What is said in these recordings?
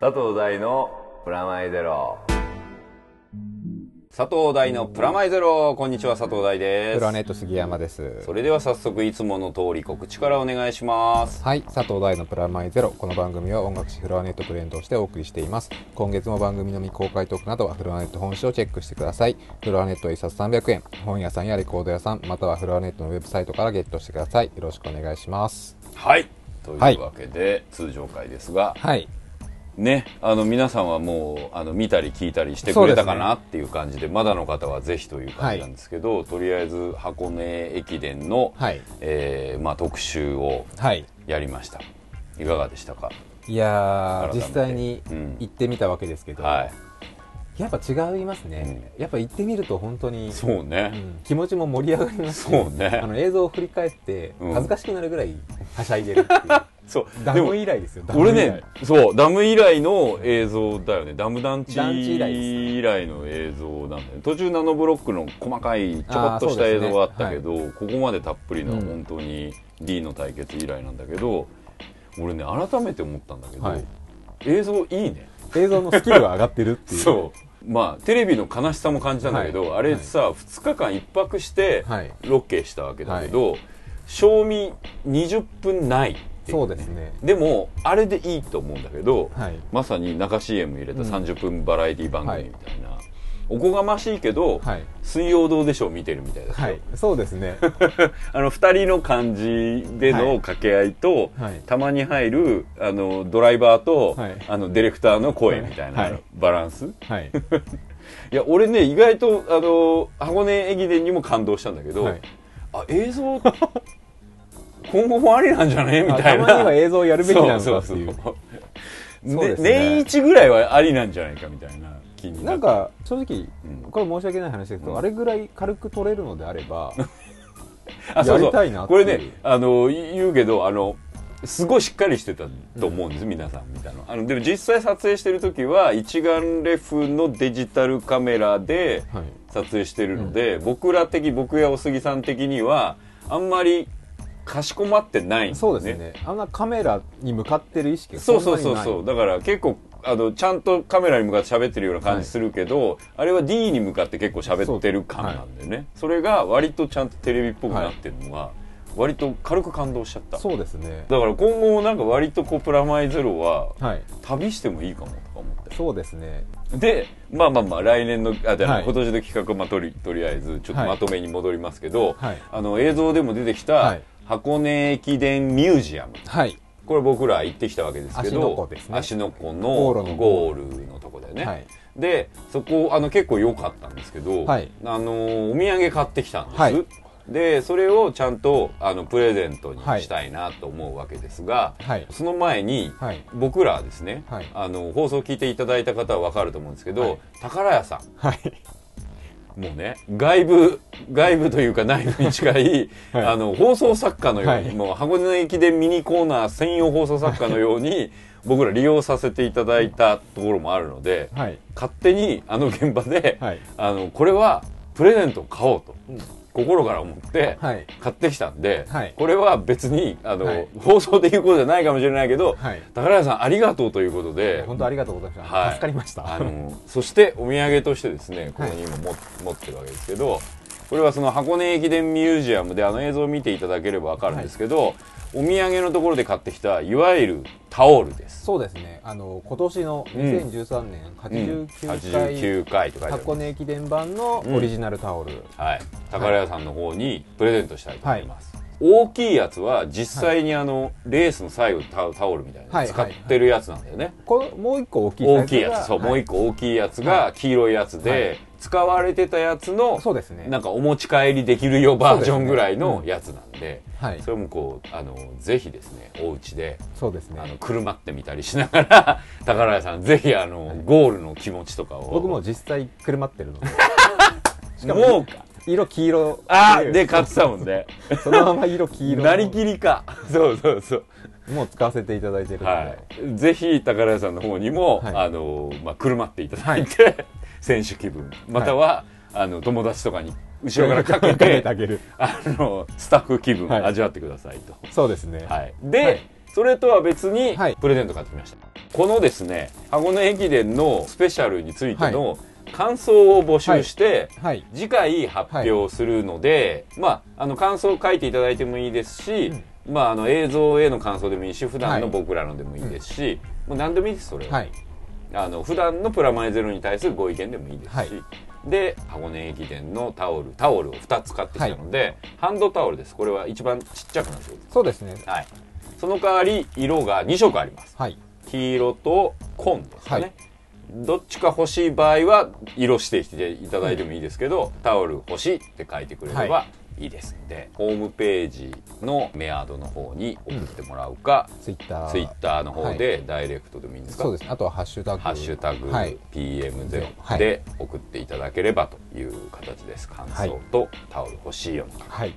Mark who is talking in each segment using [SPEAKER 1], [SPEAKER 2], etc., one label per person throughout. [SPEAKER 1] 佐藤大のプラマイゼロ。佐藤大のプラマイゼロ。こんにちは、佐藤大で
[SPEAKER 2] プ
[SPEAKER 1] す。
[SPEAKER 2] ラネット杉山です
[SPEAKER 1] そ。れでは早速いつもの通り告知からお願いします。
[SPEAKER 2] はい、佐藤大のプラマイゼロ。この番組は音楽誌フロアネットと連動してお送りしています。今月も番組の未公開トークなどはフロアネット本誌をチェックしてください。フロアネットは一冊300円。本屋さんやレコード屋さん、またはフロアネットのウェブサイトからゲットしてください。よろしくお願いします。
[SPEAKER 1] はい。とい
[SPEAKER 2] はいう
[SPEAKER 1] わけで、通常回ですが、
[SPEAKER 2] はい。
[SPEAKER 1] ね、あの皆さんはもうあの見たり聞いたりして
[SPEAKER 2] そ
[SPEAKER 1] く
[SPEAKER 2] う
[SPEAKER 1] れ
[SPEAKER 2] です
[SPEAKER 1] た
[SPEAKER 2] ね
[SPEAKER 1] かなっていう感じでまだの方はぜひという感じなんですけど、とりあえず箱根駅伝の、
[SPEAKER 2] はい
[SPEAKER 1] えーまあ、特集を
[SPEAKER 2] はい。
[SPEAKER 1] やりましたいかがでしたか
[SPEAKER 2] いや
[SPEAKER 1] 改
[SPEAKER 2] ー、実
[SPEAKER 1] めて
[SPEAKER 2] 際に
[SPEAKER 1] うん
[SPEAKER 2] 行ってみたわけですけど、
[SPEAKER 1] は
[SPEAKER 2] やっぱ違いますね。やっぱ行ってみると本当に
[SPEAKER 1] い、そう
[SPEAKER 2] う
[SPEAKER 1] ね、
[SPEAKER 2] ん気持ちも盛り上がりますし
[SPEAKER 1] そうね
[SPEAKER 2] あの映像を振り返って
[SPEAKER 1] うん
[SPEAKER 2] 恥ずかしくなるぐらいはしゃいでる っていう。
[SPEAKER 1] そう
[SPEAKER 2] ダ
[SPEAKER 1] でも
[SPEAKER 2] ム以来ですよ。ダム以
[SPEAKER 1] 俺
[SPEAKER 2] 来
[SPEAKER 1] ね、そうダム以来の映像だよねダム団地
[SPEAKER 2] 団地以来です
[SPEAKER 1] 以来の映像なんだよね途中ナノブロックの細かいちょこっとした
[SPEAKER 2] あーそうで
[SPEAKER 1] 映
[SPEAKER 2] すね
[SPEAKER 1] 像はあったけど、ここまでたっぷりの
[SPEAKER 2] うん
[SPEAKER 1] 本当に D の対決以来なんだけど、俺ね改めて思ったんだけど、
[SPEAKER 2] はい
[SPEAKER 1] 映像いいね
[SPEAKER 2] 映像のスキルが上がってるっていう。
[SPEAKER 1] そうまあテレビの悲しさも感じたんだけど、
[SPEAKER 2] はい
[SPEAKER 1] あれさ、2日間1泊して
[SPEAKER 2] はい
[SPEAKER 1] ロケしたわけだけど、賞味20分ないってい
[SPEAKER 2] そうですね。
[SPEAKER 1] でもあれでいいと思うんだけど、
[SPEAKER 2] はい。
[SPEAKER 1] まさに中 CM 入れた
[SPEAKER 2] うん
[SPEAKER 1] 30分バラエティ番組みたいな、おこがましいけど、
[SPEAKER 2] はい。
[SPEAKER 1] 水曜どうでしょう見てるみたいですよ、
[SPEAKER 2] はい。そうですね。
[SPEAKER 1] あの2人の感じで
[SPEAKER 2] は
[SPEAKER 1] の
[SPEAKER 2] い
[SPEAKER 1] 掛け合いと、
[SPEAKER 2] はい
[SPEAKER 1] たまに入るあのドライバーと、
[SPEAKER 2] はい
[SPEAKER 1] あのディレクターの声みたい
[SPEAKER 2] は
[SPEAKER 1] ないバランス、い、
[SPEAKER 2] はい。
[SPEAKER 1] や俺ね意外とあの箱根駅伝にも感動したんだけど、
[SPEAKER 2] はい
[SPEAKER 1] あ映像 今後もありなんじゃねみ
[SPEAKER 2] あ
[SPEAKER 1] た
[SPEAKER 2] た
[SPEAKER 1] いな
[SPEAKER 2] まには映像をやるべきなのかって
[SPEAKER 1] そ
[SPEAKER 2] いう
[SPEAKER 1] そ
[SPEAKER 2] う。
[SPEAKER 1] うそう
[SPEAKER 2] そう
[SPEAKER 1] で
[SPEAKER 2] ですね
[SPEAKER 1] 年一ぐらいはありなんじゃないかみたいな気になっ
[SPEAKER 2] なん
[SPEAKER 1] て
[SPEAKER 2] か正直
[SPEAKER 1] うん
[SPEAKER 2] これ申し訳ない話ですけ
[SPEAKER 1] うん
[SPEAKER 2] ど、あれぐらい軽く撮れるのであれ ば、
[SPEAKER 1] あそうそう
[SPEAKER 2] やりたいなって
[SPEAKER 1] こ
[SPEAKER 2] い
[SPEAKER 1] れ
[SPEAKER 2] う
[SPEAKER 1] ねあのい言うけどあのすごいしっかりしてたと思うんです、皆さんみたいなあのでも実際撮影してる時は一眼レフのデジタルカメラで
[SPEAKER 2] はい。
[SPEAKER 1] 撮影してるので、僕ら的僕やお杉さん的にはあんまりかしこまってないんですね
[SPEAKER 2] そうですね。あんなカメラに向かってる意識が
[SPEAKER 1] そう
[SPEAKER 2] そ
[SPEAKER 1] ん
[SPEAKER 2] な
[SPEAKER 1] そう
[SPEAKER 2] にない。
[SPEAKER 1] そうそうだから結構あのちゃんとカメラに向かって喋ってるような感じするけど、あれは D に向かって結構喋ってる感なんだよね、それが割とちゃんとテレビっぽくなってるのが割と軽く感動しちゃった、
[SPEAKER 2] そうですね。
[SPEAKER 1] だから今後もなんか割とこうプラマイゼロは
[SPEAKER 2] はい。
[SPEAKER 1] 旅してもいいかもとか思って
[SPEAKER 2] そうですね。
[SPEAKER 1] でまあまあまあ来年のあじゃあ、
[SPEAKER 2] はい
[SPEAKER 1] 今年の企画、まあ、とりとりあえずちょっとまとめに戻りますけど、
[SPEAKER 2] はい
[SPEAKER 1] あの映像でも出てき
[SPEAKER 2] は
[SPEAKER 1] た
[SPEAKER 2] い
[SPEAKER 1] 箱根駅伝ミュージアム
[SPEAKER 2] はい。
[SPEAKER 1] これ僕ら行ってきたわけですけど
[SPEAKER 2] 芦ノ湖ですね
[SPEAKER 1] 芦ノ湖の
[SPEAKER 2] ゴールの
[SPEAKER 1] ゴールのとこだよね、
[SPEAKER 2] はい
[SPEAKER 1] でそこあの結構良かったんですけど、
[SPEAKER 2] はい
[SPEAKER 1] あのお土産買ってきたんです、
[SPEAKER 2] はい
[SPEAKER 1] でそれをちゃんとあのプレゼントにしたいなと思うわけですが、
[SPEAKER 2] はい
[SPEAKER 1] その前に、
[SPEAKER 2] はい
[SPEAKER 1] 僕らはですね、
[SPEAKER 2] はい
[SPEAKER 1] あの放送聞いていただいた方は分かると思うんですけど、
[SPEAKER 2] はい
[SPEAKER 1] 宝屋さん
[SPEAKER 2] はい。
[SPEAKER 1] もうね外部外部というか内部に近い、
[SPEAKER 2] はい
[SPEAKER 1] あの放送作家のように、
[SPEAKER 2] はい
[SPEAKER 1] もう箱根駅伝ミニコーナー専用放送作家のように 僕ら利用させていただいたところもあるので、
[SPEAKER 2] はい。
[SPEAKER 1] 勝手にあの現場で、
[SPEAKER 2] はい
[SPEAKER 1] あのこれはプレゼントを買おうと、心から思って。
[SPEAKER 2] はい。
[SPEAKER 1] 買ってきたんで、
[SPEAKER 2] はい
[SPEAKER 1] これは別にあの、
[SPEAKER 2] はい
[SPEAKER 1] 放送で言うことじゃないかもしれないけど、
[SPEAKER 2] はい
[SPEAKER 1] 宝屋さんありがとうということで
[SPEAKER 2] 本当ありがとうございました。
[SPEAKER 1] はい
[SPEAKER 2] 助かりました。
[SPEAKER 1] あのそしてお土産としてですねここに今も、持ってるわけですけどこれはその箱根駅伝ミュージアムであの映像を見ていただければ分かるんですけど、お土産のところで買ってきたいわゆるタオルです。
[SPEAKER 2] そうですね。あの今年の2013年
[SPEAKER 1] うん
[SPEAKER 2] 89回、
[SPEAKER 1] 89回と書いてあり
[SPEAKER 2] 箱
[SPEAKER 1] ます
[SPEAKER 2] 根駅伝版のオリジナルタオル、
[SPEAKER 1] はい、宝屋さんの方にプレゼントしたいと思います、大きいやつは実際にあの、レースの最後にタオタオルみたいな
[SPEAKER 2] は
[SPEAKER 1] の
[SPEAKER 2] い
[SPEAKER 1] 使ってるやつなんだよね、
[SPEAKER 2] これもう一個大きい
[SPEAKER 1] 大きいやつそう、もう
[SPEAKER 2] 一
[SPEAKER 1] 一個大きいやつが黄色いやつで、
[SPEAKER 2] はい
[SPEAKER 1] 使われてたやつの
[SPEAKER 2] そうですね
[SPEAKER 1] なんかお持ち帰りできるよバージョンぐらいのやつなんでそ
[SPEAKER 2] 個はい
[SPEAKER 1] れもこうあのぜひですねお家で
[SPEAKER 2] そうです
[SPEAKER 1] あの
[SPEAKER 2] ね
[SPEAKER 1] 車ってみたりしながら 宝屋さんぜひあの、ゴールの気持ちとかを
[SPEAKER 2] 僕も実際くるまって るのでしかも
[SPEAKER 1] もうか
[SPEAKER 2] 色黄色
[SPEAKER 1] あ
[SPEAKER 2] っていう
[SPEAKER 1] で買ってたもんね
[SPEAKER 2] そのまま色黄色の
[SPEAKER 1] なりきりか そうそうそう
[SPEAKER 2] もう使わせていただいてるので、
[SPEAKER 1] はい、ぜひ宝屋さんの方にも、
[SPEAKER 2] はい
[SPEAKER 1] あのまあ、くるまっていただいて、 選手気分または、あの友達とかに後ろからか け
[SPEAKER 2] かけ
[SPEAKER 1] て
[SPEAKER 2] てあげる
[SPEAKER 1] あのスタッフ気分
[SPEAKER 2] はい
[SPEAKER 1] 味わってくださいと、
[SPEAKER 2] そうですね
[SPEAKER 1] はいで、
[SPEAKER 2] はい
[SPEAKER 1] それとは別に
[SPEAKER 2] はい
[SPEAKER 1] プレゼント買ってきました、このですね箱根駅伝のスペシャルについての感想を募集して、
[SPEAKER 2] はい
[SPEAKER 1] 次回発表するので、まああの感想を書いていただいてもいいですし、まああの映像への感想でもいいし普段の
[SPEAKER 2] はい
[SPEAKER 1] 僕らのでもいいですし、もう何でもいいですそれは、
[SPEAKER 2] はい
[SPEAKER 1] あの普段のプラマイゼロに対するご意見でもいいですし、
[SPEAKER 2] はい
[SPEAKER 1] で箱根駅伝のタオルタオルを2つ買ってきたので、ハンドタオルですこれは一番ちっちゃくなるや
[SPEAKER 2] そうですね
[SPEAKER 1] つはいその代わり色が2色あります
[SPEAKER 2] はい
[SPEAKER 1] 黄色と紺ですね、
[SPEAKER 2] はい
[SPEAKER 1] どっちか欲しい場合は色指定していただいてもいいですけど、タオル欲しいって書いてくれれば
[SPEAKER 2] はい
[SPEAKER 1] いですんで、ホームページのメアドの方に送ってもらうか、
[SPEAKER 2] ツイッター
[SPEAKER 1] ツイッターの方でダイレクトでもいいんですか、
[SPEAKER 2] そうですねあとはハッシュタグ
[SPEAKER 1] ハッシュタグ
[SPEAKER 2] はい
[SPEAKER 1] PM0
[SPEAKER 2] はい
[SPEAKER 1] で送っていただければという形です。感想とタオル欲しいよな。
[SPEAKER 2] はい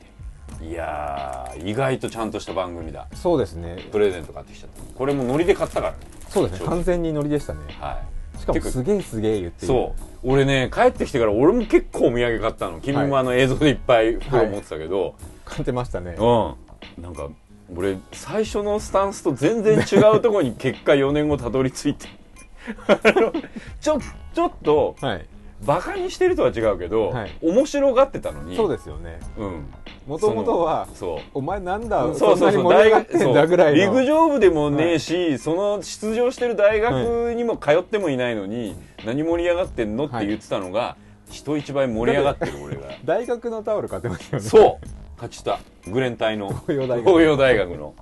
[SPEAKER 1] いやー、意外とちゃんとした番組だ。
[SPEAKER 2] そうですね
[SPEAKER 1] プレゼント買ってきちゃった。これもノリで買ったからね。
[SPEAKER 2] そうですね完全にノリでしたね
[SPEAKER 1] は
[SPEAKER 2] しかもすげえすげえ言
[SPEAKER 1] い。
[SPEAKER 2] っていう
[SPEAKER 1] そう。俺ね、帰ってきてから俺も結構お土産買ったの。君もあの映像でいっぱい袋持ってたけど、
[SPEAKER 2] 感じましたね
[SPEAKER 1] うん。なんか、俺、最初のスタンスと全然違うところに結果4年後たどり着いて。 あのちょ、ちょっと、
[SPEAKER 2] はい
[SPEAKER 1] バカにしてるとは違うけど、
[SPEAKER 2] はい
[SPEAKER 1] 面白がってたのに
[SPEAKER 2] そうですよね
[SPEAKER 1] うん
[SPEAKER 2] もともとは
[SPEAKER 1] そ
[SPEAKER 2] お前なん
[SPEAKER 1] の
[SPEAKER 2] だ
[SPEAKER 1] そうそう
[SPEAKER 2] そんなに
[SPEAKER 1] そう
[SPEAKER 2] 盛り上がってん
[SPEAKER 1] 大
[SPEAKER 2] だ
[SPEAKER 1] 学
[SPEAKER 2] ぐら
[SPEAKER 1] そ
[SPEAKER 2] い
[SPEAKER 1] う陸
[SPEAKER 2] の
[SPEAKER 1] 上部でもねえし、その出場してる大学にも通ってもいないのに、何盛り上がってんのって言ってたのが、人一倍盛り上がってる俺が
[SPEAKER 2] 大学のタオル買ってましたよね
[SPEAKER 1] そう勝ちたグレン隊 の
[SPEAKER 2] 東洋大学
[SPEAKER 1] 東洋大学の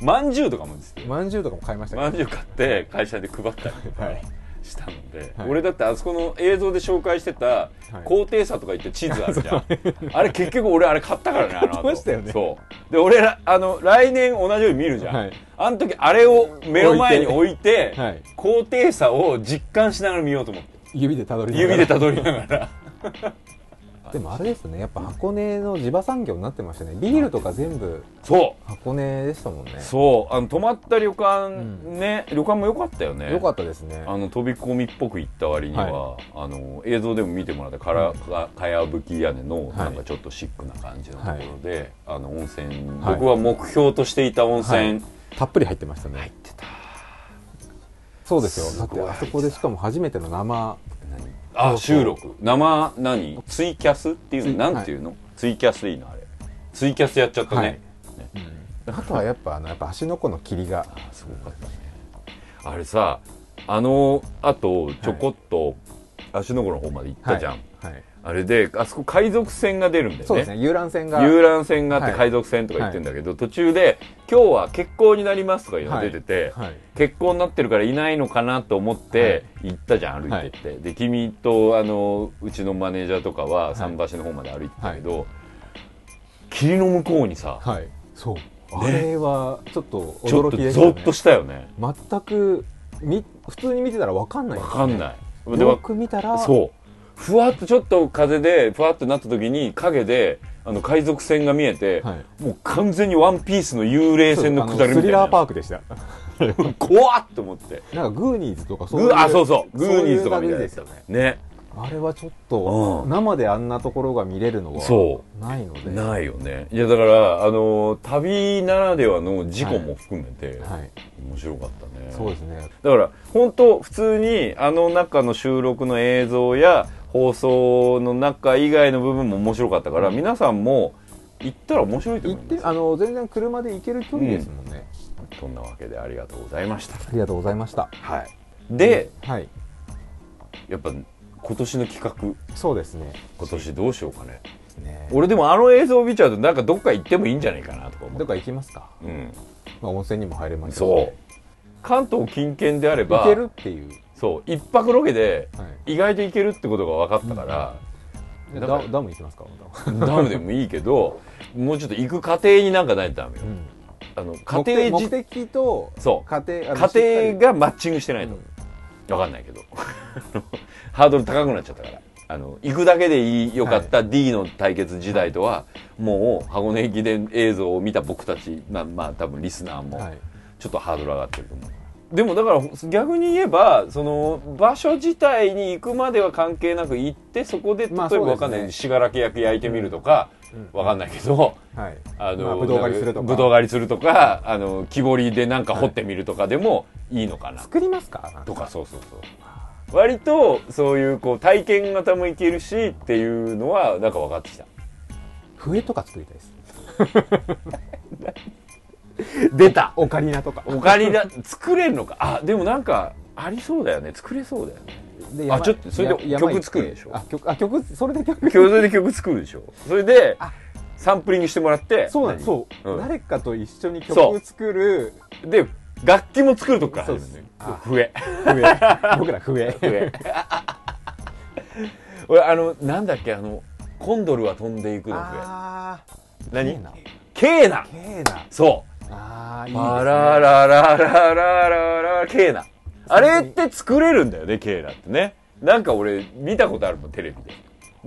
[SPEAKER 1] まんじゅうとかもですよ
[SPEAKER 2] まんじゅうとかも買いましたけ
[SPEAKER 1] まんじゅう買って会社で配ったりと
[SPEAKER 2] どは
[SPEAKER 1] か
[SPEAKER 2] い
[SPEAKER 1] したので、
[SPEAKER 2] はい
[SPEAKER 1] 俺だってあそこの映像で紹介してた
[SPEAKER 2] はい
[SPEAKER 1] 高低差とか言って地図あ るじゃん、あれ結局俺あれ買ったからねあの後
[SPEAKER 2] 買ってましたよね
[SPEAKER 1] そうで俺らあの来年同じように見るじゃん、
[SPEAKER 2] はい
[SPEAKER 1] あの時あれを目の前に置いて
[SPEAKER 2] はい
[SPEAKER 1] 高低差を実感しながら見ようと思って
[SPEAKER 2] 指でたどりながら
[SPEAKER 1] 指でたどりなが ら
[SPEAKER 2] でもあれですねやっぱ箱根の地場産業になってましたねビールとか全部
[SPEAKER 1] そ
[SPEAKER 2] 箱根でしたもんね
[SPEAKER 1] うそうあの泊まった旅館
[SPEAKER 2] ん
[SPEAKER 1] ね、旅館も良かったよね
[SPEAKER 2] よかったですね
[SPEAKER 1] あの飛び込みっぽく行った割には、あの映像でも見てもらったから、かかやぶき屋根の
[SPEAKER 2] い
[SPEAKER 1] なんかちょっとシックな感じのところで、あの温泉、
[SPEAKER 2] はい
[SPEAKER 1] 僕は目標としていた温泉、
[SPEAKER 2] はいたっぷり入ってましたね
[SPEAKER 1] 入ってた
[SPEAKER 2] そうですよ
[SPEAKER 1] す
[SPEAKER 2] だっ
[SPEAKER 1] ごい
[SPEAKER 2] てあそこでしかも初めての生
[SPEAKER 1] あ
[SPEAKER 2] そうそう
[SPEAKER 1] 収録生何ツイキャスっていう
[SPEAKER 2] ツイ
[SPEAKER 1] のなんていうの、ツイキャスでいいのあれツイキャスやっちゃったね、
[SPEAKER 2] はいあとはやっぱあのやっぱ足の子の霧が
[SPEAKER 1] あすごかったねあれさあのあとちょこっと芦ノ湖の方まで行ったじゃん、
[SPEAKER 2] はいはい
[SPEAKER 1] あれであそこ海賊船が出るんだよ
[SPEAKER 2] そうですね遊覧船が
[SPEAKER 1] 遊覧船があって
[SPEAKER 2] はい
[SPEAKER 1] 海賊船とか言ってんだけど、途中で「今日は結婚になります」とかいうのが
[SPEAKER 2] はい
[SPEAKER 1] 出てて、
[SPEAKER 2] はい
[SPEAKER 1] 結婚になってるからいないのかなと思って行ったじゃん、
[SPEAKER 2] はい
[SPEAKER 1] 歩いてって、で君とあのうちのマネージャーとかは桟橋の方まで歩いてたけど、霧の向こうにさ、
[SPEAKER 2] はいそうあれはちょっと
[SPEAKER 1] ちょっ
[SPEAKER 2] 驚
[SPEAKER 1] と
[SPEAKER 2] き
[SPEAKER 1] ゾ
[SPEAKER 2] でしたね
[SPEAKER 1] ッとしたよね
[SPEAKER 2] 全くみ普通に見てたら分かんない
[SPEAKER 1] 分かんない、で
[SPEAKER 2] よく見たら
[SPEAKER 1] そうふわっとちょっと風でふわっとなった時に影であの海賊船が見えて、
[SPEAKER 2] はい
[SPEAKER 1] もう完全にワンピースの幽霊船の下りみたいな
[SPEAKER 2] スリラーパークでした
[SPEAKER 1] 怖っと思って
[SPEAKER 2] なんかグーニーズとか
[SPEAKER 1] グーあそうそうグーニーズとかみたいな
[SPEAKER 2] で
[SPEAKER 1] やつ
[SPEAKER 2] すよね
[SPEAKER 1] ね
[SPEAKER 2] あれはちょっ
[SPEAKER 1] う
[SPEAKER 2] と
[SPEAKER 1] ん
[SPEAKER 2] 生であんなところが見れるのは
[SPEAKER 1] そ
[SPEAKER 2] ないので
[SPEAKER 1] うないよねいやだからあの旅ならではの事故も含めて、
[SPEAKER 2] はい
[SPEAKER 1] 面白かったね
[SPEAKER 2] そうですね
[SPEAKER 1] だから本当普通にあの中の収録の映像や放送の中以外の部分も面白かったから、皆さんも行ったら面白いと
[SPEAKER 2] 行
[SPEAKER 1] 思
[SPEAKER 2] っ
[SPEAKER 1] い
[SPEAKER 2] て
[SPEAKER 1] ま
[SPEAKER 2] あの全然車で行ける距離ですもんね
[SPEAKER 1] すそんなわけでありがとうございました
[SPEAKER 2] ありがとうございました
[SPEAKER 1] はいで、
[SPEAKER 2] はい
[SPEAKER 1] やっぱ今年の企画
[SPEAKER 2] そうですね
[SPEAKER 1] 今年どうしようかね
[SPEAKER 2] ね
[SPEAKER 1] 俺でもあの映像を見ちゃうとなんかどっか行ってもいいんじゃないかなとか思
[SPEAKER 2] ど
[SPEAKER 1] う
[SPEAKER 2] っか行きますか
[SPEAKER 1] うん
[SPEAKER 2] まあ温泉にも入れますし
[SPEAKER 1] そう関東近県であれば
[SPEAKER 2] 行けるっていう
[SPEAKER 1] そう一泊ロケで
[SPEAKER 2] はい
[SPEAKER 1] 意外と行けるってことが分かったから、
[SPEAKER 2] で
[SPEAKER 1] だから
[SPEAKER 2] ダダム行きますかまた
[SPEAKER 1] ダムでもいいけどもうちょっと行く過程になんかないとダメよ、
[SPEAKER 2] うん
[SPEAKER 1] あの家庭
[SPEAKER 2] 目的目
[SPEAKER 1] 自
[SPEAKER 2] 的と
[SPEAKER 1] そう
[SPEAKER 2] 家庭
[SPEAKER 1] 家
[SPEAKER 2] あの
[SPEAKER 1] 庭
[SPEAKER 2] しっか
[SPEAKER 1] がマッチングしてない
[SPEAKER 2] りう
[SPEAKER 1] と、
[SPEAKER 2] ん
[SPEAKER 1] 分かんないけど あのハードル高くなっちゃったからあの行くだけでいいよかった D の対決時代とは、もう箱根駅伝映像を見た僕たちまあまあ多分リスナーも、
[SPEAKER 2] はい
[SPEAKER 1] ちょっとハードル上がってると思うでもだから逆に言えばその場所自体に行くまでは関係なく行ってそこで例え
[SPEAKER 2] ま
[SPEAKER 1] ば
[SPEAKER 2] あそうですね
[SPEAKER 1] わかんない信楽焼焼いてみるとか、わかんないけど、
[SPEAKER 2] はい
[SPEAKER 1] あ
[SPEAKER 2] まあ
[SPEAKER 1] の
[SPEAKER 2] ぶどう狩りするとか
[SPEAKER 1] ぶどう狩りするとかあの木彫りでなんか掘ってみるとかでもいいのかな
[SPEAKER 2] 作りますか
[SPEAKER 1] とかそうそうそう割とそういうこう体験型もいけるしっていうのはなんか分かってきた
[SPEAKER 2] 笛とか作りたいです
[SPEAKER 1] 出た
[SPEAKER 2] オカリナとか
[SPEAKER 1] お借りだ作れるのかあでもなんかありそうだよね作れそうだよね
[SPEAKER 2] で
[SPEAKER 1] あちょっとそれで
[SPEAKER 2] や山行
[SPEAKER 1] 曲
[SPEAKER 2] って
[SPEAKER 1] 作るでしょ
[SPEAKER 2] あ曲あ曲それで曲
[SPEAKER 1] 共同で曲作るでしょそれで
[SPEAKER 2] あ
[SPEAKER 1] サンプリングしてもらって
[SPEAKER 2] そうなんそう、
[SPEAKER 1] うん
[SPEAKER 2] 誰かと一緒に
[SPEAKER 1] そう
[SPEAKER 2] 曲作る
[SPEAKER 1] で楽器も作るとこから
[SPEAKER 2] そう
[SPEAKER 1] 始め
[SPEAKER 2] です
[SPEAKER 1] るのよ
[SPEAKER 2] あ
[SPEAKER 1] 笛
[SPEAKER 2] 笛僕ら笛
[SPEAKER 1] 笛俺あのなんだっけあのコンドルは飛んでいくの
[SPEAKER 2] ああ
[SPEAKER 1] 笛何
[SPEAKER 2] な
[SPEAKER 1] ケーナ
[SPEAKER 2] けえな
[SPEAKER 1] そう
[SPEAKER 2] ああいいですね
[SPEAKER 1] あらららららららケーナあれって作れるんだよねケーナってねなんか俺見たことあるもんテレビ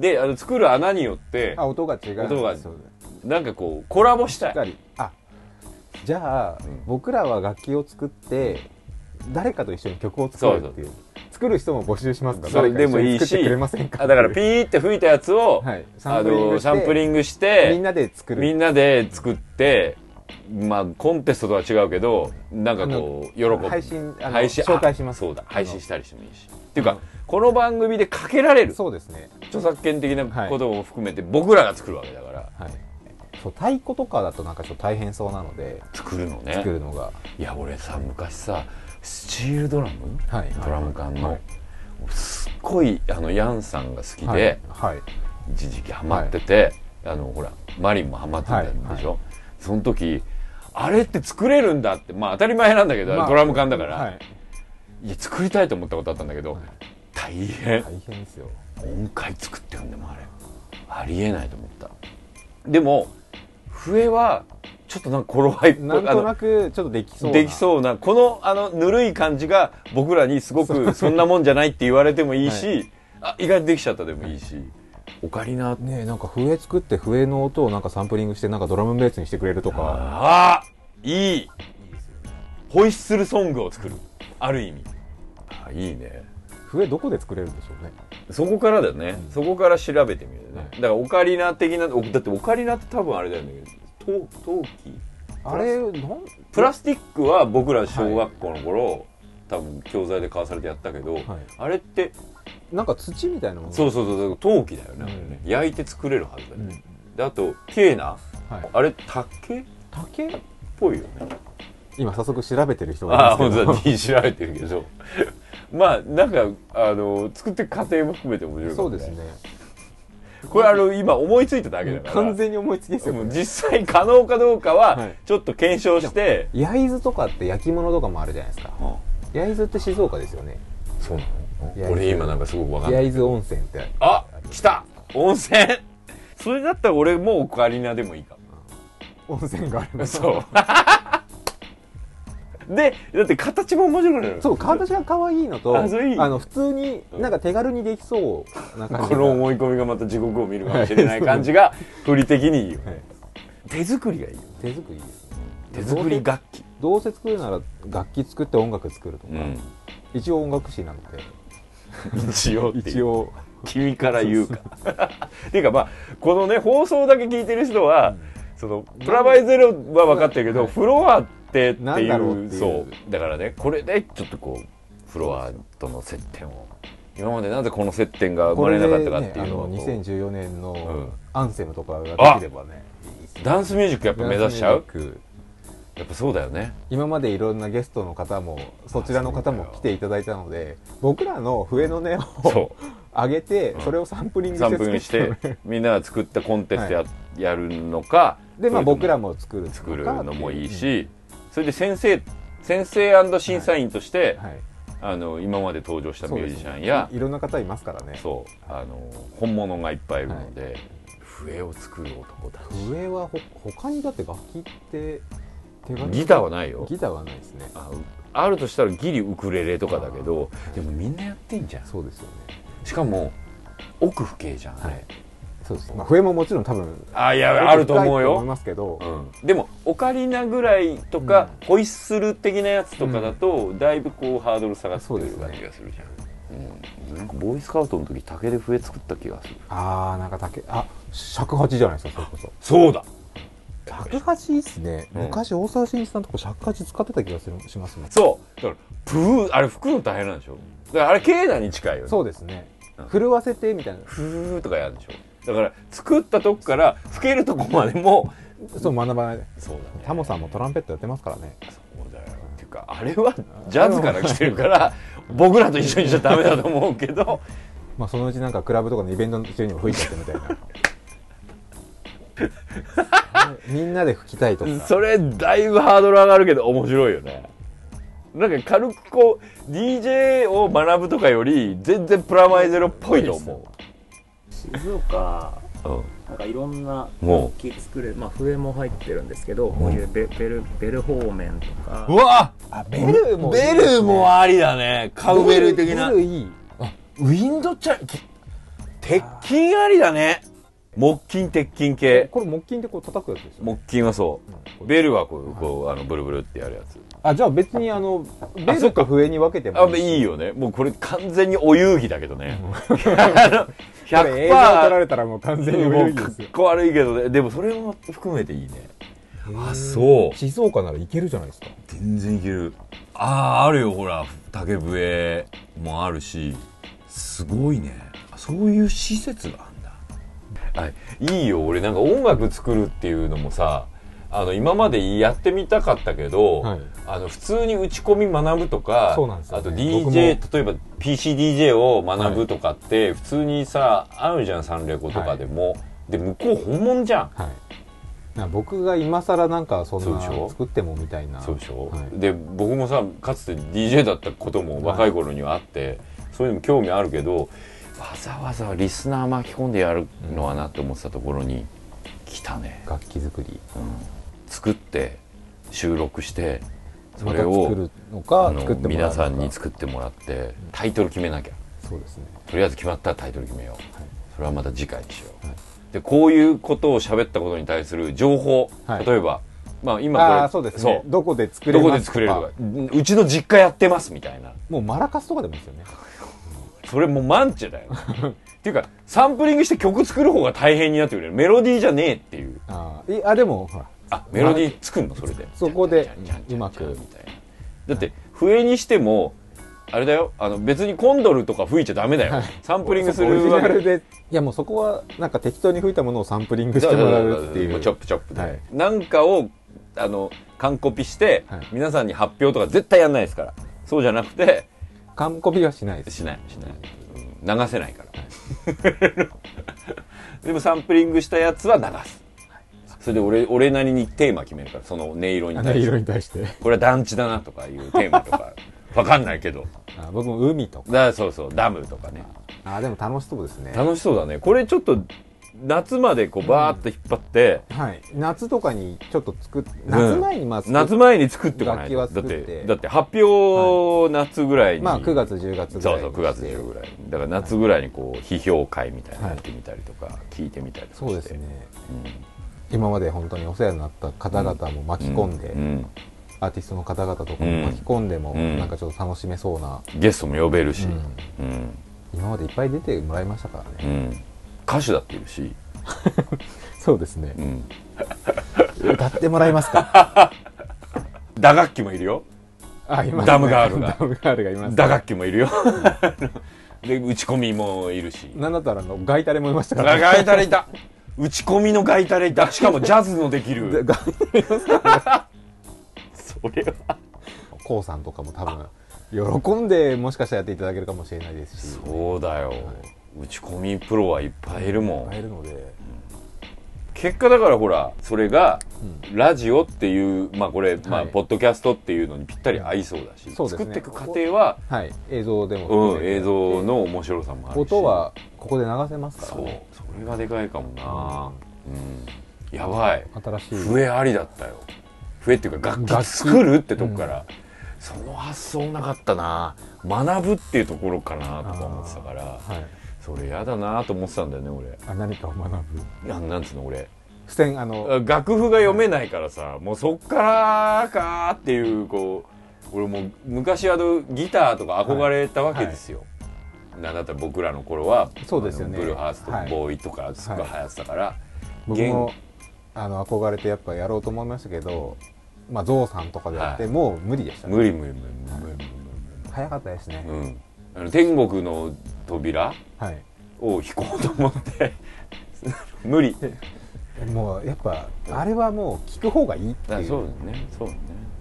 [SPEAKER 1] でであの作る穴によって
[SPEAKER 2] あ音が違う
[SPEAKER 1] 音が
[SPEAKER 2] そう
[SPEAKER 1] なんかこうコラボした
[SPEAKER 2] だ
[SPEAKER 1] い
[SPEAKER 2] しっかりあじゃあ、
[SPEAKER 1] ん
[SPEAKER 2] 僕らは楽器を作って誰かと一緒に曲を作るっていう作る人も募集しますから
[SPEAKER 1] それでもいい
[SPEAKER 2] 誰か一緒に作って
[SPEAKER 1] し
[SPEAKER 2] くれませんか
[SPEAKER 1] あだからピ
[SPEAKER 2] ン
[SPEAKER 1] ーって吹いたやつを、
[SPEAKER 2] はいサ
[SPEAKER 1] あ
[SPEAKER 2] ンプリン
[SPEAKER 1] の
[SPEAKER 2] グして
[SPEAKER 1] サンプリングし
[SPEAKER 2] み
[SPEAKER 1] て
[SPEAKER 2] んなで作る
[SPEAKER 1] みんなで作ってまあコンテストとは違うけどなんかこう喜
[SPEAKER 2] あの
[SPEAKER 1] ぶ
[SPEAKER 2] 配信あの
[SPEAKER 1] 配信
[SPEAKER 2] 紹介します
[SPEAKER 1] そうだ
[SPEAKER 2] あの
[SPEAKER 1] 配信したりしてもいいしっていうかこの番組でかけられる
[SPEAKER 2] そうですね
[SPEAKER 1] 著作権的なことも含めて僕らが作るわけだから
[SPEAKER 2] はいそう太鼓とかだとなんかちょっと大変そうなので
[SPEAKER 1] 作るのね
[SPEAKER 2] 作るのが
[SPEAKER 1] いや俺さ昔さスチールドラム
[SPEAKER 2] はい
[SPEAKER 1] ドラム缶の、
[SPEAKER 2] はい
[SPEAKER 1] すっごいあのヤンさんが好きで、
[SPEAKER 2] はい
[SPEAKER 1] 一時期ハマってて、あのほらマリンもハマってたんでしょ、その時あれって作れるんだってまあ当たり前なんだけど、
[SPEAKER 2] まあ
[SPEAKER 1] ドラム缶だから、、
[SPEAKER 2] はいい
[SPEAKER 1] や作りたいと思ったことあったんだけど、大変、
[SPEAKER 2] 大変ですよ
[SPEAKER 1] 音階作ってるんでもあれありえないと思ったでも笛はちょっとなんか頃合いっぽい
[SPEAKER 2] なん
[SPEAKER 1] あ
[SPEAKER 2] と
[SPEAKER 1] の
[SPEAKER 2] なくちょっとできそうな
[SPEAKER 1] できそうなこのあのぬるい感じが僕らにすごくそんなもんじゃないって言われてもいいし、あ意外とできちゃったでもいいし、オカリナ
[SPEAKER 2] ねえなんか笛作って笛の音をなんかサンプリングしてなんかドラムベースにしてくれるとか
[SPEAKER 1] あーいいホイッスルソングを作るある意味あいいね
[SPEAKER 2] 笛どこで作れるんでしょうね
[SPEAKER 1] そこからだよね、そこから調べてみるね、
[SPEAKER 2] は
[SPEAKER 1] だ
[SPEAKER 2] い
[SPEAKER 1] からオカリナ的なおだってオカリナって多分あれだよね陶陶器
[SPEAKER 2] あれなん
[SPEAKER 1] プラスチックは僕ら小学校の頃、多分教材で買わされてやったけど、あれって
[SPEAKER 2] なんか土みたいなもの、
[SPEAKER 1] そううそうそうそう陶器だよね,、ね焼いて作れるはずだよ
[SPEAKER 2] うん
[SPEAKER 1] ね、であとケーナ
[SPEAKER 2] はい、
[SPEAKER 1] あれ竹っ
[SPEAKER 2] 竹
[SPEAKER 1] ぽいよね
[SPEAKER 2] 今早速調べてる人
[SPEAKER 1] ああ
[SPEAKER 2] がいま
[SPEAKER 1] 本
[SPEAKER 2] すけ
[SPEAKER 1] 当
[SPEAKER 2] ど
[SPEAKER 1] だ D 調べてるけど まあなんかあの作ってる過程も含めて面白いか
[SPEAKER 2] そ
[SPEAKER 1] も
[SPEAKER 2] う
[SPEAKER 1] ね
[SPEAKER 2] ですね
[SPEAKER 1] これあの今思いついただけだから
[SPEAKER 2] 完全に思いつきですよ
[SPEAKER 1] も
[SPEAKER 2] こ
[SPEAKER 1] う
[SPEAKER 2] れ
[SPEAKER 1] 実際可能かどうか
[SPEAKER 2] は
[SPEAKER 1] はいちょっと検証して、
[SPEAKER 2] 焼津とかって焼き物とかもあるじゃないですか
[SPEAKER 1] あ
[SPEAKER 2] 焼津って静岡ですよね
[SPEAKER 1] そうな
[SPEAKER 2] 焼津
[SPEAKER 1] 俺今なんかすごく分かんない
[SPEAKER 2] 焼津温泉って
[SPEAKER 1] あ来た温泉それだったら俺もうオカリナでもいいかも
[SPEAKER 2] 温泉があるんです
[SPEAKER 1] そう。 で、だって形も面白くなる。
[SPEAKER 2] そう形が可愛いのと
[SPEAKER 1] あそれいい
[SPEAKER 2] の普通になんか手軽にできそうな感じ
[SPEAKER 1] こ
[SPEAKER 2] が
[SPEAKER 1] の思い込みがまた地獄を見るかもしれない感じが、振り的にいいよね。
[SPEAKER 2] はい
[SPEAKER 1] 手作りがいいよ。
[SPEAKER 2] 手作りですね
[SPEAKER 1] 手作り楽器。
[SPEAKER 2] どうせ作るなら楽器作って音楽作るとか、
[SPEAKER 1] うん。
[SPEAKER 2] 一応音楽師なので
[SPEAKER 1] 一応ってい
[SPEAKER 2] 一
[SPEAKER 1] う。
[SPEAKER 2] 応
[SPEAKER 1] 君から言うか。っていうかまあ、このね、放送だけ聞いてる人は、その、プラマイゼロは分かってるけど、
[SPEAKER 2] はい
[SPEAKER 1] フロアってって
[SPEAKER 2] なんだろう
[SPEAKER 1] い
[SPEAKER 2] っ
[SPEAKER 1] う、
[SPEAKER 2] ていう
[SPEAKER 1] そう。だからね、これでちょっとこう、フロアとの接点を。今までなぜこの接点が生まれなかったかっていうのを
[SPEAKER 2] これでね、あの2014年の
[SPEAKER 1] う
[SPEAKER 2] アンセムとかができればね、
[SPEAKER 1] ダンスミュージックやっぱ目指しちゃう
[SPEAKER 2] ダンスミュージック
[SPEAKER 1] やっぱそうだよね
[SPEAKER 2] 今までいろんなゲストの方もそちらの方も来ていただいたので僕らの笛の音を
[SPEAKER 1] そ
[SPEAKER 2] 上げて、
[SPEAKER 1] うん
[SPEAKER 2] それをサン プリングして
[SPEAKER 1] 3分し
[SPEAKER 2] 作って
[SPEAKER 1] てみんなが作ったコンテストや,、やるのか
[SPEAKER 2] で、ま
[SPEAKER 1] そ
[SPEAKER 2] あ、
[SPEAKER 1] れと
[SPEAKER 2] 僕らも作るのか
[SPEAKER 1] 作るのもいい
[SPEAKER 2] っ
[SPEAKER 1] し、それで先生先生審査員としてて、
[SPEAKER 2] いう、はい、
[SPEAKER 1] あの今まで登場した
[SPEAKER 2] そう
[SPEAKER 1] ミュ
[SPEAKER 2] で
[SPEAKER 1] ー
[SPEAKER 2] す
[SPEAKER 1] ジ
[SPEAKER 2] ね
[SPEAKER 1] シャンや
[SPEAKER 2] いろんな方いますからね
[SPEAKER 1] そう,、あの本物がいっぱいいるので、笛を作る男たち
[SPEAKER 2] 笛はほ他にだって楽器って手軽に
[SPEAKER 1] ギターはないよ
[SPEAKER 2] ギターはないですね
[SPEAKER 1] ああるとしたらギリウクレレとかだけどでもみんなやってんじゃん
[SPEAKER 2] そうですよね
[SPEAKER 1] しかも奥不敬じゃん、あ
[SPEAKER 2] は
[SPEAKER 1] れ
[SPEAKER 2] いそうです、まあ、笛ももちろん多分
[SPEAKER 1] あいやあると思う
[SPEAKER 2] 深い
[SPEAKER 1] よ
[SPEAKER 2] 思いますけど、
[SPEAKER 1] でもオカリナぐらいとか、ホイッスル的なやつとかだと、だいぶこうハードル下がってくる感じがするじゃん、うんなんかボーイスカウトの時竹で笛作った気がする
[SPEAKER 2] ああなんか竹あ尺八じゃないですかそれこ
[SPEAKER 1] そうだ
[SPEAKER 2] そ尺八いいっすね、
[SPEAKER 1] うん
[SPEAKER 2] 昔大沢慎一さんとか尺八使ってた気がするしますね
[SPEAKER 1] そうだからプーあれ吹くの大変なんでしょだからあれ境内に近いよね
[SPEAKER 2] そうですね
[SPEAKER 1] うん
[SPEAKER 2] 震わせてみたいな
[SPEAKER 1] ふーとかやるんでしょだから作ったとこから吹けるとこまでも
[SPEAKER 2] そう学ばないで
[SPEAKER 1] そうだね
[SPEAKER 2] タモさんもトランペットやってますからね
[SPEAKER 1] そうだよっていうかあれはジャズから来てるから僕らと一緒にしちゃダメだと思うけど
[SPEAKER 2] まあそのうちなんかクラブとかのイベント中にも吹いちゃってみたい なみんなで吹きたいとか
[SPEAKER 1] それだいぶハードル上がるけど面白いよねなんか軽くこう DJ を学ぶとかより全然プラマイゼロっぽいと思
[SPEAKER 3] 静岡
[SPEAKER 1] う、
[SPEAKER 3] なんかいろんな
[SPEAKER 1] も
[SPEAKER 3] 楽器作れるまあ笛も入ってるんですけどこういうベベルベル方面とか
[SPEAKER 1] うわ
[SPEAKER 2] あベルもいいですね
[SPEAKER 1] ベルもありだねカウベル的な
[SPEAKER 2] ベルいい
[SPEAKER 1] ウィンドチャき鉄筋ありだね木筋鉄筋系
[SPEAKER 2] これ木琴ってこう叩くやつですよね
[SPEAKER 1] 木筋はそうベルはこうこうあのブルブルってやるやつ
[SPEAKER 2] あじゃあ別にあのベルか笛に分けて
[SPEAKER 1] あ
[SPEAKER 2] もいい
[SPEAKER 1] いいよねもうこれ完全にお遊戯だけどね あの
[SPEAKER 2] これ映像撮ら
[SPEAKER 1] 100%
[SPEAKER 2] れたらもう完全に
[SPEAKER 1] も
[SPEAKER 2] 泳
[SPEAKER 1] う
[SPEAKER 2] ぎ
[SPEAKER 1] か
[SPEAKER 2] で
[SPEAKER 1] っ
[SPEAKER 2] すよ
[SPEAKER 1] こ悪いけどねでもそれも含めていいねあそう
[SPEAKER 2] 静岡ならいけるじゃないですか
[SPEAKER 1] 全然いけるあああるよほら竹笛もあるしすごいねそういう施設があんだあいいよ俺なんか音楽作るっていうのもさあの今までやってみたかったけど、
[SPEAKER 2] はい
[SPEAKER 1] あの普通に打ち込み学ぶとか
[SPEAKER 2] そうなんですよね
[SPEAKER 1] あと
[SPEAKER 2] 僕も
[SPEAKER 1] DJ 例えば PCDJ を学ぶとかって、普通にさあるじゃん三レコとかでも、で向こう本物じゃん
[SPEAKER 2] はいな僕が今更なんかそん
[SPEAKER 1] そう
[SPEAKER 2] な
[SPEAKER 1] でしょ
[SPEAKER 2] 作ってもみたいな
[SPEAKER 1] そうでしょ、
[SPEAKER 2] はい
[SPEAKER 1] で僕もさかつて DJ だったことも若い頃にはあって、そういうのも興味あるけどわざわざリスナー巻き込んでやるのはなって思ってたところに来たね、
[SPEAKER 2] 楽器作り
[SPEAKER 1] うん、作って収録してそ
[SPEAKER 2] ま
[SPEAKER 1] れ
[SPEAKER 2] た
[SPEAKER 1] を、
[SPEAKER 2] 作るの
[SPEAKER 1] あ
[SPEAKER 2] か
[SPEAKER 1] の
[SPEAKER 2] 作ってもらうの
[SPEAKER 1] 皆
[SPEAKER 2] か
[SPEAKER 1] さんに作ってもらってタイトル決めなきゃ
[SPEAKER 2] そうですね
[SPEAKER 1] とりあえず決まったらタイトル決めよう、
[SPEAKER 2] はい
[SPEAKER 1] それはまた次回にしよう、
[SPEAKER 2] はい
[SPEAKER 1] でこういうことを喋ったことに対する情報、
[SPEAKER 2] はい
[SPEAKER 1] 例えばまあ今これ
[SPEAKER 2] ああーそうですねどこで作れ
[SPEAKER 1] ど
[SPEAKER 2] ます
[SPEAKER 1] こで作れるとかうちの実家やってますみたいな
[SPEAKER 2] もうマラカスとかでもいいですよね
[SPEAKER 1] それもうマンチェ だよっていうかサンプリングして曲作る方が大変になってくるよメロディーじゃねえっていう
[SPEAKER 2] あーいあでもほら
[SPEAKER 1] あメロディー作るのそれで
[SPEAKER 2] そこで
[SPEAKER 1] じゃんじゃんじゃんじゃん
[SPEAKER 2] うまく
[SPEAKER 1] みたいなだって笛にしてもあれだよあの別にコンドルとか吹いちゃダメだよサンプリングす
[SPEAKER 2] オリジ
[SPEAKER 1] るわ
[SPEAKER 2] ナ
[SPEAKER 1] け
[SPEAKER 2] ルでいやもうそこはなんか適当に吹いたものをサンプリングしてもらうっていう
[SPEAKER 1] チョップチョップで、
[SPEAKER 2] はい
[SPEAKER 1] なんかをあの完コピして、
[SPEAKER 2] はい
[SPEAKER 1] 皆さんに発表とか絶対やんないですからそうじゃなくて
[SPEAKER 2] 完コピはしないです
[SPEAKER 1] しないしない、うん流せないから、 でもサンプリングしたやつは流すそれで俺俺なりにテーマ決めるからその音色に
[SPEAKER 2] あ
[SPEAKER 1] 対
[SPEAKER 2] の
[SPEAKER 1] して
[SPEAKER 2] 色に対して
[SPEAKER 1] これは団地だなとかいうテーマと かわかんないけど
[SPEAKER 2] あ僕も海とか
[SPEAKER 1] だそうそうダムとかね
[SPEAKER 2] あでも楽しそうですね
[SPEAKER 1] 楽しそうだねこれちょっと夏までこうバーッと引っ張って、
[SPEAKER 2] はい夏とかにちょっと作っ夏前にまあ作っ
[SPEAKER 1] 夏前に作ってこないと
[SPEAKER 2] 楽器
[SPEAKER 1] だっ
[SPEAKER 2] は作って
[SPEAKER 1] てだって発表夏ぐらいに、
[SPEAKER 2] まあ9月10月ぐ
[SPEAKER 1] そ
[SPEAKER 2] ら
[SPEAKER 1] う
[SPEAKER 2] い
[SPEAKER 1] そう
[SPEAKER 2] に
[SPEAKER 1] 9月10ぐらいだから夏ぐらいにこう批評会みたいなのやってみたりとか、聞いてみたりとかして
[SPEAKER 2] そうですね
[SPEAKER 1] う
[SPEAKER 2] 今まで本当にお世話になった方々も巻き込んで、
[SPEAKER 1] うん
[SPEAKER 2] アーティストの方々とかも巻き込んでも、
[SPEAKER 1] うん
[SPEAKER 2] なんかちょっと楽しめそうな、
[SPEAKER 1] ゲストも呼べるし、
[SPEAKER 2] う
[SPEAKER 1] うん
[SPEAKER 2] 今までいっぱい出てもらいましたからね、
[SPEAKER 1] うん歌手だっているし、
[SPEAKER 2] そうですね
[SPEAKER 1] うん
[SPEAKER 2] 歌ってもらいます か
[SPEAKER 1] 打楽器もいるよ
[SPEAKER 2] あいますね
[SPEAKER 1] ダムガールが
[SPEAKER 2] ダムガールがいます
[SPEAKER 1] 打楽器もいるよ で打ち込みもいるし
[SPEAKER 2] なんだったらあのガイタレもいましたから、ね、
[SPEAKER 1] ガイタレいた打ち込みのガイタレいたしかもジャズのでき る
[SPEAKER 2] ガ
[SPEAKER 1] それは
[SPEAKER 2] コウさんとかも多分喜んでもしかしたらやっていただけるかもしれないですしいっ
[SPEAKER 1] そうだよ、打ち込みプロはいっぱいいるもん
[SPEAKER 2] ぱいいるので
[SPEAKER 1] 結果だからほらそれが
[SPEAKER 2] う
[SPEAKER 1] ラジオっていうまあこれ、まあ
[SPEAKER 2] はい
[SPEAKER 1] ポッドキャストっていうのにぴったり合いそうだし、
[SPEAKER 2] そうです
[SPEAKER 1] 作
[SPEAKER 2] ね
[SPEAKER 1] っていく過程は、
[SPEAKER 2] はい映像でも
[SPEAKER 1] う
[SPEAKER 2] 含
[SPEAKER 1] ん、
[SPEAKER 2] めて
[SPEAKER 1] 映像の面白さもあるし
[SPEAKER 2] 音はここで流せますから
[SPEAKER 1] そう
[SPEAKER 2] ね
[SPEAKER 1] それがでかいかもな、うん、やばい
[SPEAKER 2] 新しい
[SPEAKER 1] 笛ありだったよ笛っていうか楽器作るってとこから、その発想なかったな学ぶっていうところかなとか思ってたから
[SPEAKER 2] はい、
[SPEAKER 1] それやだなと思ってたんだよね俺
[SPEAKER 2] あ何かを学ぶ
[SPEAKER 1] なんなんつうの俺
[SPEAKER 2] 付箋あの
[SPEAKER 1] 楽譜が読めないからさもうそっからかーっていうこう俺もう昔あのギターとか憧れたわけですよ、なんだったら僕らの頃は
[SPEAKER 2] そうですよね
[SPEAKER 1] あのブルーハースと
[SPEAKER 2] はい
[SPEAKER 1] ボーイとかすっごい流行ってたから、
[SPEAKER 2] 僕もあの憧れてやっぱやろうと思いましたけど、まあ、ゾウさんとかでやって、
[SPEAKER 1] はい
[SPEAKER 2] もう無理でしたね
[SPEAKER 1] 無理無理無理無理無理
[SPEAKER 2] 早かったですね、
[SPEAKER 1] 無理無理、うん、あの天国の扉
[SPEAKER 2] はい
[SPEAKER 1] を引こうと思って 無理
[SPEAKER 2] もうやっぱあれはもう聞く方がいいって
[SPEAKER 1] だから
[SPEAKER 2] いう
[SPEAKER 1] そう
[SPEAKER 2] 思
[SPEAKER 1] だねそうだね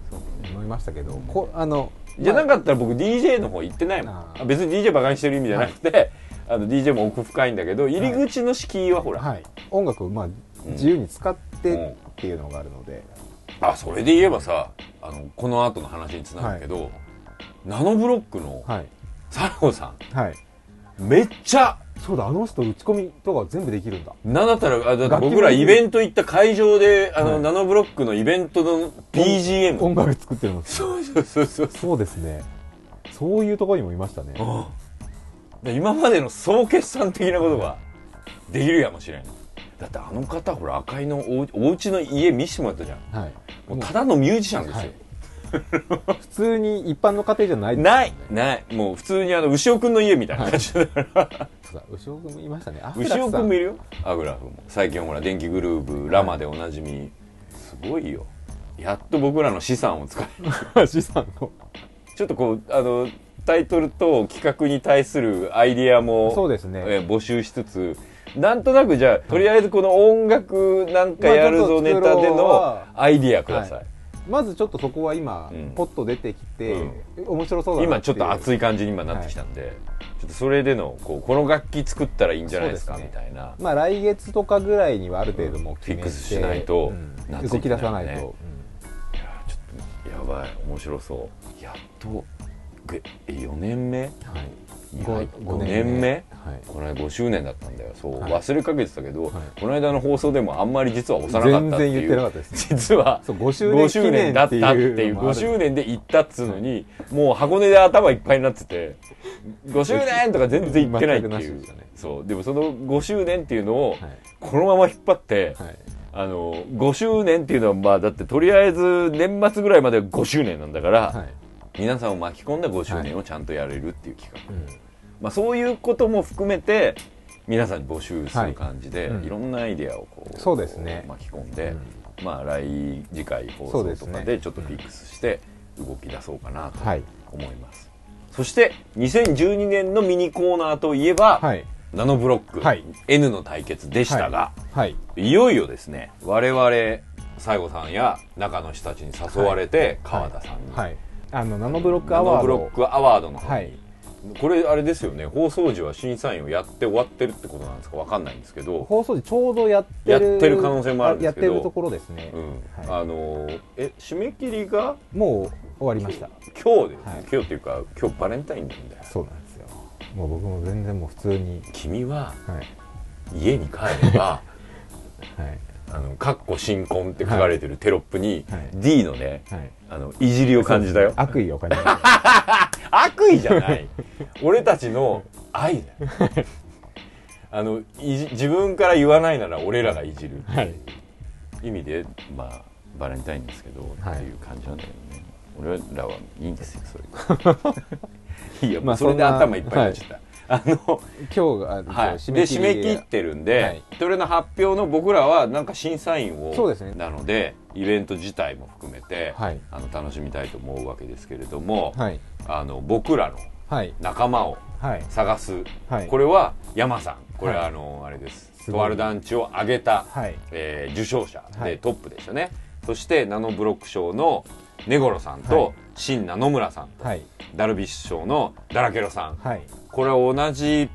[SPEAKER 1] そうだね
[SPEAKER 2] いましたけどこあの
[SPEAKER 1] じゃ
[SPEAKER 2] まあ
[SPEAKER 1] なかったら僕 DJ の方行ってないもん
[SPEAKER 2] あー
[SPEAKER 1] あ別に DJ バカにしてる意味じゃなくて、 あの DJ も奥深いんだけど入り口の敷居はほら、
[SPEAKER 2] はい、音楽をまあ自由に使ってっていうのがあるので、
[SPEAKER 1] あそれで言えばさあのこの後の話につなぐけど、ナノブロックの
[SPEAKER 2] はい
[SPEAKER 1] サラゴさん
[SPEAKER 2] はい
[SPEAKER 1] めっちゃ
[SPEAKER 2] そうだあの人打ち込みとか全部できるんだ
[SPEAKER 1] なんだったらあだって
[SPEAKER 2] 楽器も
[SPEAKER 1] 僕らイベント行った会場であの、
[SPEAKER 2] はい
[SPEAKER 1] ナノブロックのイベントの BGM
[SPEAKER 2] 音楽作ってるの
[SPEAKER 1] そうそうそうそう
[SPEAKER 2] そうですねそういうところにもいましたね
[SPEAKER 1] で 今までの総決算的なことができるやもしれんだってあの方ほら赤いのおお家の家見せてもらったじゃん
[SPEAKER 2] はい
[SPEAKER 1] もうただのミュージシャンですよ、
[SPEAKER 2] はい、普通に一般の家庭じゃないです
[SPEAKER 1] ないないもう普通にあの牛尾くんの家みたいな感じだから、
[SPEAKER 2] そうだ牛尾君もいましたね
[SPEAKER 1] 牛尾くんも
[SPEAKER 2] も
[SPEAKER 1] いるよアグラフも最近ほら電気グルーブラマでおなじみすごいよやっと僕らの資産を使い
[SPEAKER 2] 資産の
[SPEAKER 1] ちょっとこうあのタイトルと企画に対するアイディアも
[SPEAKER 2] そうですね
[SPEAKER 1] えー募集しつつなんとなくじゃあとりあえずこの音楽なんかやる
[SPEAKER 2] まあちょ
[SPEAKER 1] ぞ
[SPEAKER 2] っと
[SPEAKER 1] ネ
[SPEAKER 2] 作ろう
[SPEAKER 1] タでの
[SPEAKER 2] は
[SPEAKER 1] アイディアください、
[SPEAKER 2] はまずちょっとそこは今、
[SPEAKER 1] うん
[SPEAKER 2] ポッと出てきて、面白そうだな
[SPEAKER 1] 今ちょっと熱
[SPEAKER 2] い
[SPEAKER 1] い感じに今なってきたんで、ちょっとそれでのこうこの楽器作ったらいいんじゃないですか
[SPEAKER 2] そうで
[SPEAKER 1] み
[SPEAKER 2] すね
[SPEAKER 1] たいな
[SPEAKER 2] まあ来月とかぐらいにはある程度もう決めて、
[SPEAKER 1] フィックスしないと
[SPEAKER 2] うん
[SPEAKER 1] 夏
[SPEAKER 2] 動き出さない
[SPEAKER 1] いけないよ
[SPEAKER 2] と、
[SPEAKER 1] いやーちょっとやばい面白そうやっとぐえ4年目
[SPEAKER 2] うんはい
[SPEAKER 1] いや5
[SPEAKER 2] ご
[SPEAKER 1] 年目
[SPEAKER 2] はい
[SPEAKER 1] この間5周年だったんだよそう、
[SPEAKER 2] はい
[SPEAKER 1] 忘れかけてたけど、
[SPEAKER 2] い
[SPEAKER 1] この間の放送でもあんまり実は幼かったっていう
[SPEAKER 2] 全然言ってなかったです
[SPEAKER 1] 実は
[SPEAKER 2] そう5周年
[SPEAKER 1] 5周年だったってい
[SPEAKER 2] 記念
[SPEAKER 1] う
[SPEAKER 2] のも
[SPEAKER 1] 5
[SPEAKER 2] ある
[SPEAKER 1] 周年で行ったっつうのにもう箱根で頭いっぱいになってて5周年とか全然行ってないって
[SPEAKER 2] 全くな
[SPEAKER 1] い
[SPEAKER 2] しで
[SPEAKER 1] う
[SPEAKER 2] したね
[SPEAKER 1] そうでもその5周年っていうのを
[SPEAKER 2] はい
[SPEAKER 1] このまま引っ張って、
[SPEAKER 2] はい
[SPEAKER 1] あの5周年っていうのはまあだってとりあえず年末ぐらいまで5周年なんだから、
[SPEAKER 2] はい
[SPEAKER 1] 皆さんを巻き込んだ5周年をちゃんとやれるっていう企画、
[SPEAKER 2] うん
[SPEAKER 1] まあ、そういうことも含めて皆さんに募集する感じで、
[SPEAKER 2] はいいうん
[SPEAKER 1] ろんなアイディアをこう
[SPEAKER 2] そうですね
[SPEAKER 1] 巻き込んで、まあ、来次回放
[SPEAKER 2] そう
[SPEAKER 1] 送
[SPEAKER 2] で
[SPEAKER 1] と
[SPEAKER 2] す
[SPEAKER 1] か
[SPEAKER 2] ね
[SPEAKER 1] でちょっとフィックスして動き出そうかなと
[SPEAKER 2] はい
[SPEAKER 1] 思います、そして2012年のミニコーナーといえば、
[SPEAKER 2] はい
[SPEAKER 1] ナノブロック、
[SPEAKER 2] はい
[SPEAKER 1] N の対決でしたが、
[SPEAKER 2] はい
[SPEAKER 1] い、よいよですね我々西郷さんや中の人たちに誘われて、川田さんに、
[SPEAKER 2] はいあのナノブロック
[SPEAKER 1] ナ
[SPEAKER 2] ア
[SPEAKER 1] ノ
[SPEAKER 2] ワ
[SPEAKER 1] ブ
[SPEAKER 2] ー
[SPEAKER 1] ロ
[SPEAKER 2] ド
[SPEAKER 1] ックアワードの方に、
[SPEAKER 2] はい
[SPEAKER 1] これあれですよね放送時は審査員をやって終わってるってことなんですかわかんないんですけど、
[SPEAKER 2] 放送時ちょうどやってる
[SPEAKER 1] やってる可能性もあるんですけど
[SPEAKER 2] やってるところですね、
[SPEAKER 1] うん
[SPEAKER 2] は
[SPEAKER 1] あのーえ締め切りが
[SPEAKER 2] い、もう終わりました
[SPEAKER 1] 今日です、
[SPEAKER 2] はい
[SPEAKER 1] 今日っていうか今日バレンタインなんだよ
[SPEAKER 2] そうなんですよもう僕も全然もう普通に
[SPEAKER 1] 君は
[SPEAKER 2] はい
[SPEAKER 1] 家に帰れ ば
[SPEAKER 2] はい
[SPEAKER 1] あの「かっこ新婚」って書かれてるテロップに、
[SPEAKER 2] はい
[SPEAKER 1] D のね
[SPEAKER 2] はい
[SPEAKER 1] あのいじりを感じたよ
[SPEAKER 2] 悪意を感じま
[SPEAKER 1] 悪意じゃない俺たちの愛だよあのいじ自分から言わないなら俺らがいじる
[SPEAKER 2] すはい
[SPEAKER 1] 意味でまあバレンタインですけど、
[SPEAKER 2] はい
[SPEAKER 1] っていう感じなんだよね俺らはいいんですよそ れいや、ま
[SPEAKER 2] ま
[SPEAKER 1] あ、
[SPEAKER 2] あ
[SPEAKER 1] それで
[SPEAKER 2] そんな
[SPEAKER 1] 頭いっぱいになっちゃった、あの
[SPEAKER 2] 今日があの
[SPEAKER 1] はい、で締め切ってるんで、
[SPEAKER 2] はい
[SPEAKER 1] それの発表の僕らはなんか審査員を
[SPEAKER 2] そうですね
[SPEAKER 1] なのでイベント自体も含めて、
[SPEAKER 2] はい
[SPEAKER 1] あの楽しみたいと思うわけですけれども、
[SPEAKER 2] はい
[SPEAKER 1] あの僕らの
[SPEAKER 2] はい
[SPEAKER 1] 仲間を
[SPEAKER 2] はい
[SPEAKER 1] 探す、
[SPEAKER 2] はい
[SPEAKER 1] これは山さんこれは
[SPEAKER 2] はい
[SPEAKER 1] あの、あれです
[SPEAKER 2] すごい
[SPEAKER 1] とある団地を挙げた、
[SPEAKER 2] はい
[SPEAKER 1] えー受賞者で、
[SPEAKER 2] はい
[SPEAKER 1] トップでしたねそしてナノブロック賞の根ロさん
[SPEAKER 2] は
[SPEAKER 1] と
[SPEAKER 2] い
[SPEAKER 1] 新ナノ村さんと、
[SPEAKER 2] はい
[SPEAKER 1] ダルビッシュ賞のダラケロさん
[SPEAKER 2] はい
[SPEAKER 1] これは同じ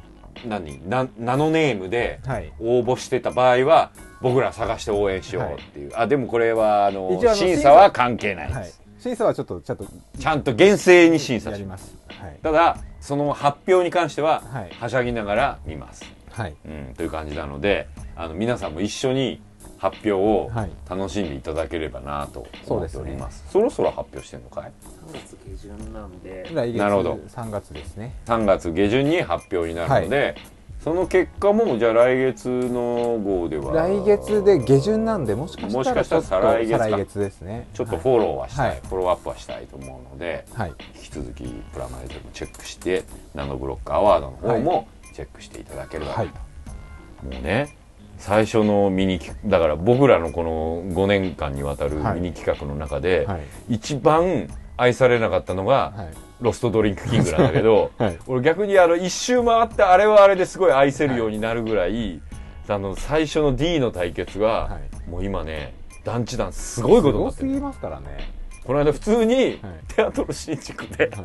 [SPEAKER 1] 何なナノネームで
[SPEAKER 2] はい
[SPEAKER 1] 応募してた場合は僕ら探して応援しようっていう、あでもこれはあの
[SPEAKER 2] 一応あの
[SPEAKER 1] 審査は関係ないです、
[SPEAKER 2] はい審査はちょっとちゃんと
[SPEAKER 1] ちゃんと厳正に審査
[SPEAKER 2] や
[SPEAKER 1] し
[SPEAKER 2] り
[SPEAKER 1] ま
[SPEAKER 2] ますすはい
[SPEAKER 1] ただその発表に関しては、は
[SPEAKER 2] はい
[SPEAKER 1] しゃぎながら見ます、
[SPEAKER 2] はい
[SPEAKER 1] うん、という感じなのであの皆さんも一緒に発表を
[SPEAKER 2] はい
[SPEAKER 1] 楽しんでいただければなと
[SPEAKER 2] そう
[SPEAKER 1] 思っ
[SPEAKER 2] で
[SPEAKER 1] て
[SPEAKER 2] す
[SPEAKER 1] お
[SPEAKER 2] ね
[SPEAKER 1] ります,、そろそろ発表してんのかい
[SPEAKER 3] 月下旬なんで
[SPEAKER 2] 来月
[SPEAKER 1] なるほど
[SPEAKER 2] 3月ですね
[SPEAKER 1] 3月下旬に発表になるので、その結果もじゃあ来月の号では
[SPEAKER 2] 来月で下旬なんでもしか
[SPEAKER 1] もし
[SPEAKER 2] し
[SPEAKER 1] た
[SPEAKER 2] ら
[SPEAKER 1] か
[SPEAKER 2] ちょっ
[SPEAKER 1] したら
[SPEAKER 2] と
[SPEAKER 1] 再来月か
[SPEAKER 2] 再ですね
[SPEAKER 1] ちょっとフォローはしたい、
[SPEAKER 2] はい
[SPEAKER 1] フォローアップはしたいと思うので
[SPEAKER 2] はい
[SPEAKER 1] 引き続きプラマイゼロもチェックしてナノブロックアワードの方もチェックしていただければ、
[SPEAKER 2] はい
[SPEAKER 1] もうね最初のミニ企だから僕らのこの5年間にわたるミニ企画の中で、
[SPEAKER 2] はい
[SPEAKER 1] 一番愛されなかったのが、
[SPEAKER 2] はい
[SPEAKER 1] ロストドリンクキングなんだけど、
[SPEAKER 2] はい
[SPEAKER 1] 俺逆にあの一周回ってあれはあれですごい愛せるようになるぐらい、あの最初の D の対決は、
[SPEAKER 2] は
[SPEAKER 1] もう今ね団地団すごいことになっ
[SPEAKER 2] す
[SPEAKER 1] て
[SPEAKER 2] ごす
[SPEAKER 1] る
[SPEAKER 2] ぎますからね
[SPEAKER 1] この間普通に
[SPEAKER 2] はい
[SPEAKER 1] テアトル新宿で、
[SPEAKER 2] は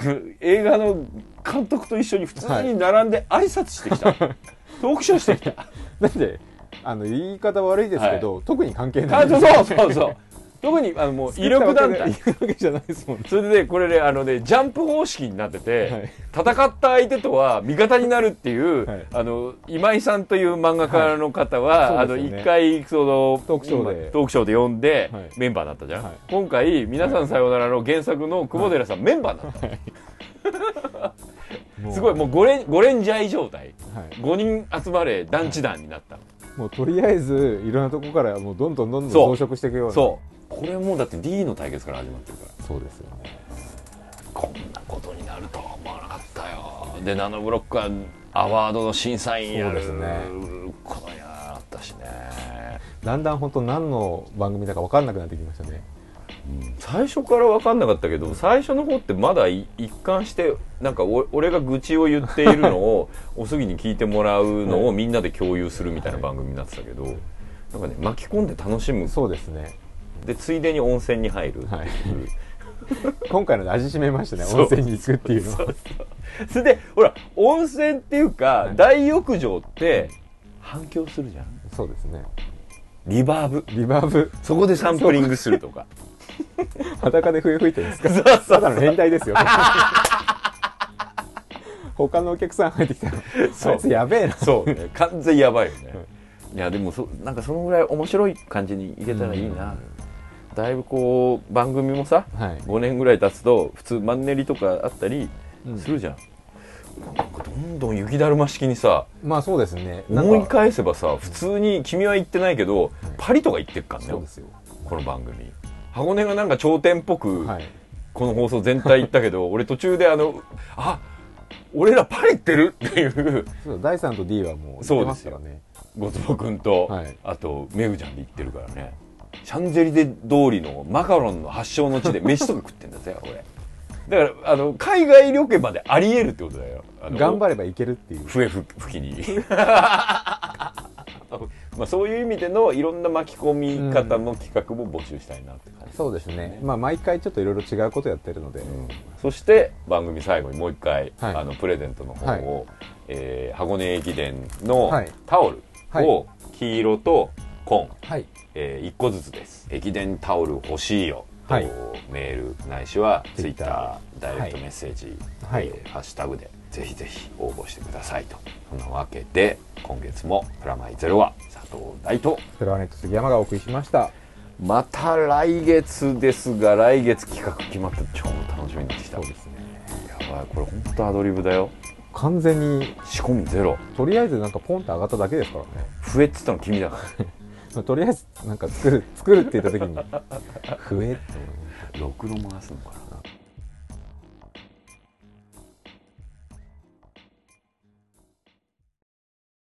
[SPEAKER 1] あの映画の監督と一緒に普通に並んで挨拶してきた、トークショーしてきた
[SPEAKER 2] なんであの言い方悪いですけど、特に関係ない
[SPEAKER 1] あそうそうそうそう特にあのもう威力団体
[SPEAKER 2] 作ったわけが威力じゃないですもんね
[SPEAKER 1] それでねこれねあのねジャンプ方式になってて、
[SPEAKER 2] はい
[SPEAKER 1] 戦った相手とは味方になるっていう、
[SPEAKER 2] はい
[SPEAKER 1] あの今井さんという漫画家の方は、
[SPEAKER 2] はい
[SPEAKER 1] あ
[SPEAKER 2] そ
[SPEAKER 1] の
[SPEAKER 2] うですよね
[SPEAKER 1] 一回その
[SPEAKER 2] トークショーで
[SPEAKER 1] トークショーで呼んで、
[SPEAKER 2] はい
[SPEAKER 1] メンバーになったじゃん、
[SPEAKER 2] はい
[SPEAKER 1] 今回「皆さんさようなら」の原作の久保寺さん、メンバーになった、すごいもう 5, レン5レンジャー状態
[SPEAKER 2] はい
[SPEAKER 1] 5人集まれ団地団になった、
[SPEAKER 2] もうとりあえずいろんなとこからもうどんどんどんど
[SPEAKER 1] そうん
[SPEAKER 2] 増殖していくような
[SPEAKER 1] そうこれもうだって D の対決から始まってるから
[SPEAKER 2] そうですよね
[SPEAKER 1] こんなことになるとは思わなかったよでナノブロックはアワードの審査員やる
[SPEAKER 2] そうです
[SPEAKER 1] ことになったしね、
[SPEAKER 2] だんだん本当何の番組だか分かんなくなってきましたね
[SPEAKER 1] 最初から分かんなかったけど最初の方ってまだい一貫してなんかお俺が愚痴を言っているの をおすぎに聞いてもらうのをみんなで共有するみたいな番組になってたけど、なんかね巻き込んで楽しむ
[SPEAKER 2] そうですね
[SPEAKER 1] でついでに温泉に入るっていう、
[SPEAKER 2] はい今回ので味しめましたね
[SPEAKER 1] そう
[SPEAKER 2] 温泉に行くっていうのは
[SPEAKER 1] それでほら温泉っていうか大浴場って反響するじゃん
[SPEAKER 2] そうですね
[SPEAKER 1] リバーブ
[SPEAKER 2] リバーブ
[SPEAKER 1] そこでサンプリングするとか
[SPEAKER 2] 裸で笛吹いてるんですか
[SPEAKER 1] そう
[SPEAKER 2] ただの変態ですよ他のお客さん入ってきたら
[SPEAKER 1] そう
[SPEAKER 2] あいつやべえな
[SPEAKER 1] そうね完全やばいよねいやでもそなんかそのぐらい面白い感じにいけたらいいなだいぶこう番組もさ
[SPEAKER 2] はい
[SPEAKER 1] 5年ぐらい経つと普通マンネリとかあったり
[SPEAKER 2] うん
[SPEAKER 1] するじゃん、なんかどんどん雪だるま式にさ
[SPEAKER 2] まあそうですねなんか
[SPEAKER 1] 思い返せばさ普通に君は行ってないけどパリとか行ってっからね
[SPEAKER 2] そうですよ
[SPEAKER 1] この番組箱根がなんか頂点っぽく、
[SPEAKER 2] はい
[SPEAKER 1] この放送全体行ったけど俺途中であのあ俺らパリ行ってるっていう
[SPEAKER 2] そう第3と D はもう行ってますからね
[SPEAKER 1] ごつぼくんと、
[SPEAKER 2] はい
[SPEAKER 1] あとめぐちゃんで行ってるからねシャンゼリゼ通りのマカロンの発祥の地で飯とか食ってんだぜ俺だからあの海外旅行までありえるってことだよあの
[SPEAKER 2] 頑張ればいけるっていう
[SPEAKER 1] 笛吹き に まあそういう意味でのいろんな巻き込み方の企画も募集したいなって感じ、
[SPEAKER 2] そうですねまあ毎回ちょっといろいろ違うことやってるので、
[SPEAKER 1] そして番組最後にもう一回、
[SPEAKER 2] はい
[SPEAKER 1] あのプレゼントの方を、
[SPEAKER 2] はい
[SPEAKER 1] えー箱根駅伝の
[SPEAKER 2] はい
[SPEAKER 1] タオル
[SPEAKER 2] はい
[SPEAKER 1] を黄色と紺、
[SPEAKER 2] はい
[SPEAKER 1] え1個ずつです駅伝タオル欲しいよと、
[SPEAKER 2] はい
[SPEAKER 1] メールないしはツイッタ
[SPEAKER 2] Twitter
[SPEAKER 1] ーダイレクトメッセージ、
[SPEAKER 2] はい
[SPEAKER 1] えーハッシュタグでぜひぜひ応募してくださいとそんなわけで今月も「プラマイゼロ」は佐藤大と
[SPEAKER 2] フロアネット杉山がお送りしました
[SPEAKER 1] また来月ですが来月企画決まって超楽しみになってきた
[SPEAKER 2] そうですね
[SPEAKER 1] やばいこれ本当アドリブだよ
[SPEAKER 2] 完全に
[SPEAKER 1] 仕込みゼロ
[SPEAKER 2] とりあえずなんかポンと上がっただけですからね
[SPEAKER 1] 増えっつったの君だか
[SPEAKER 2] とりあえずなんか作る作るって言った時に増えって思いま
[SPEAKER 1] らろくろ回すのかな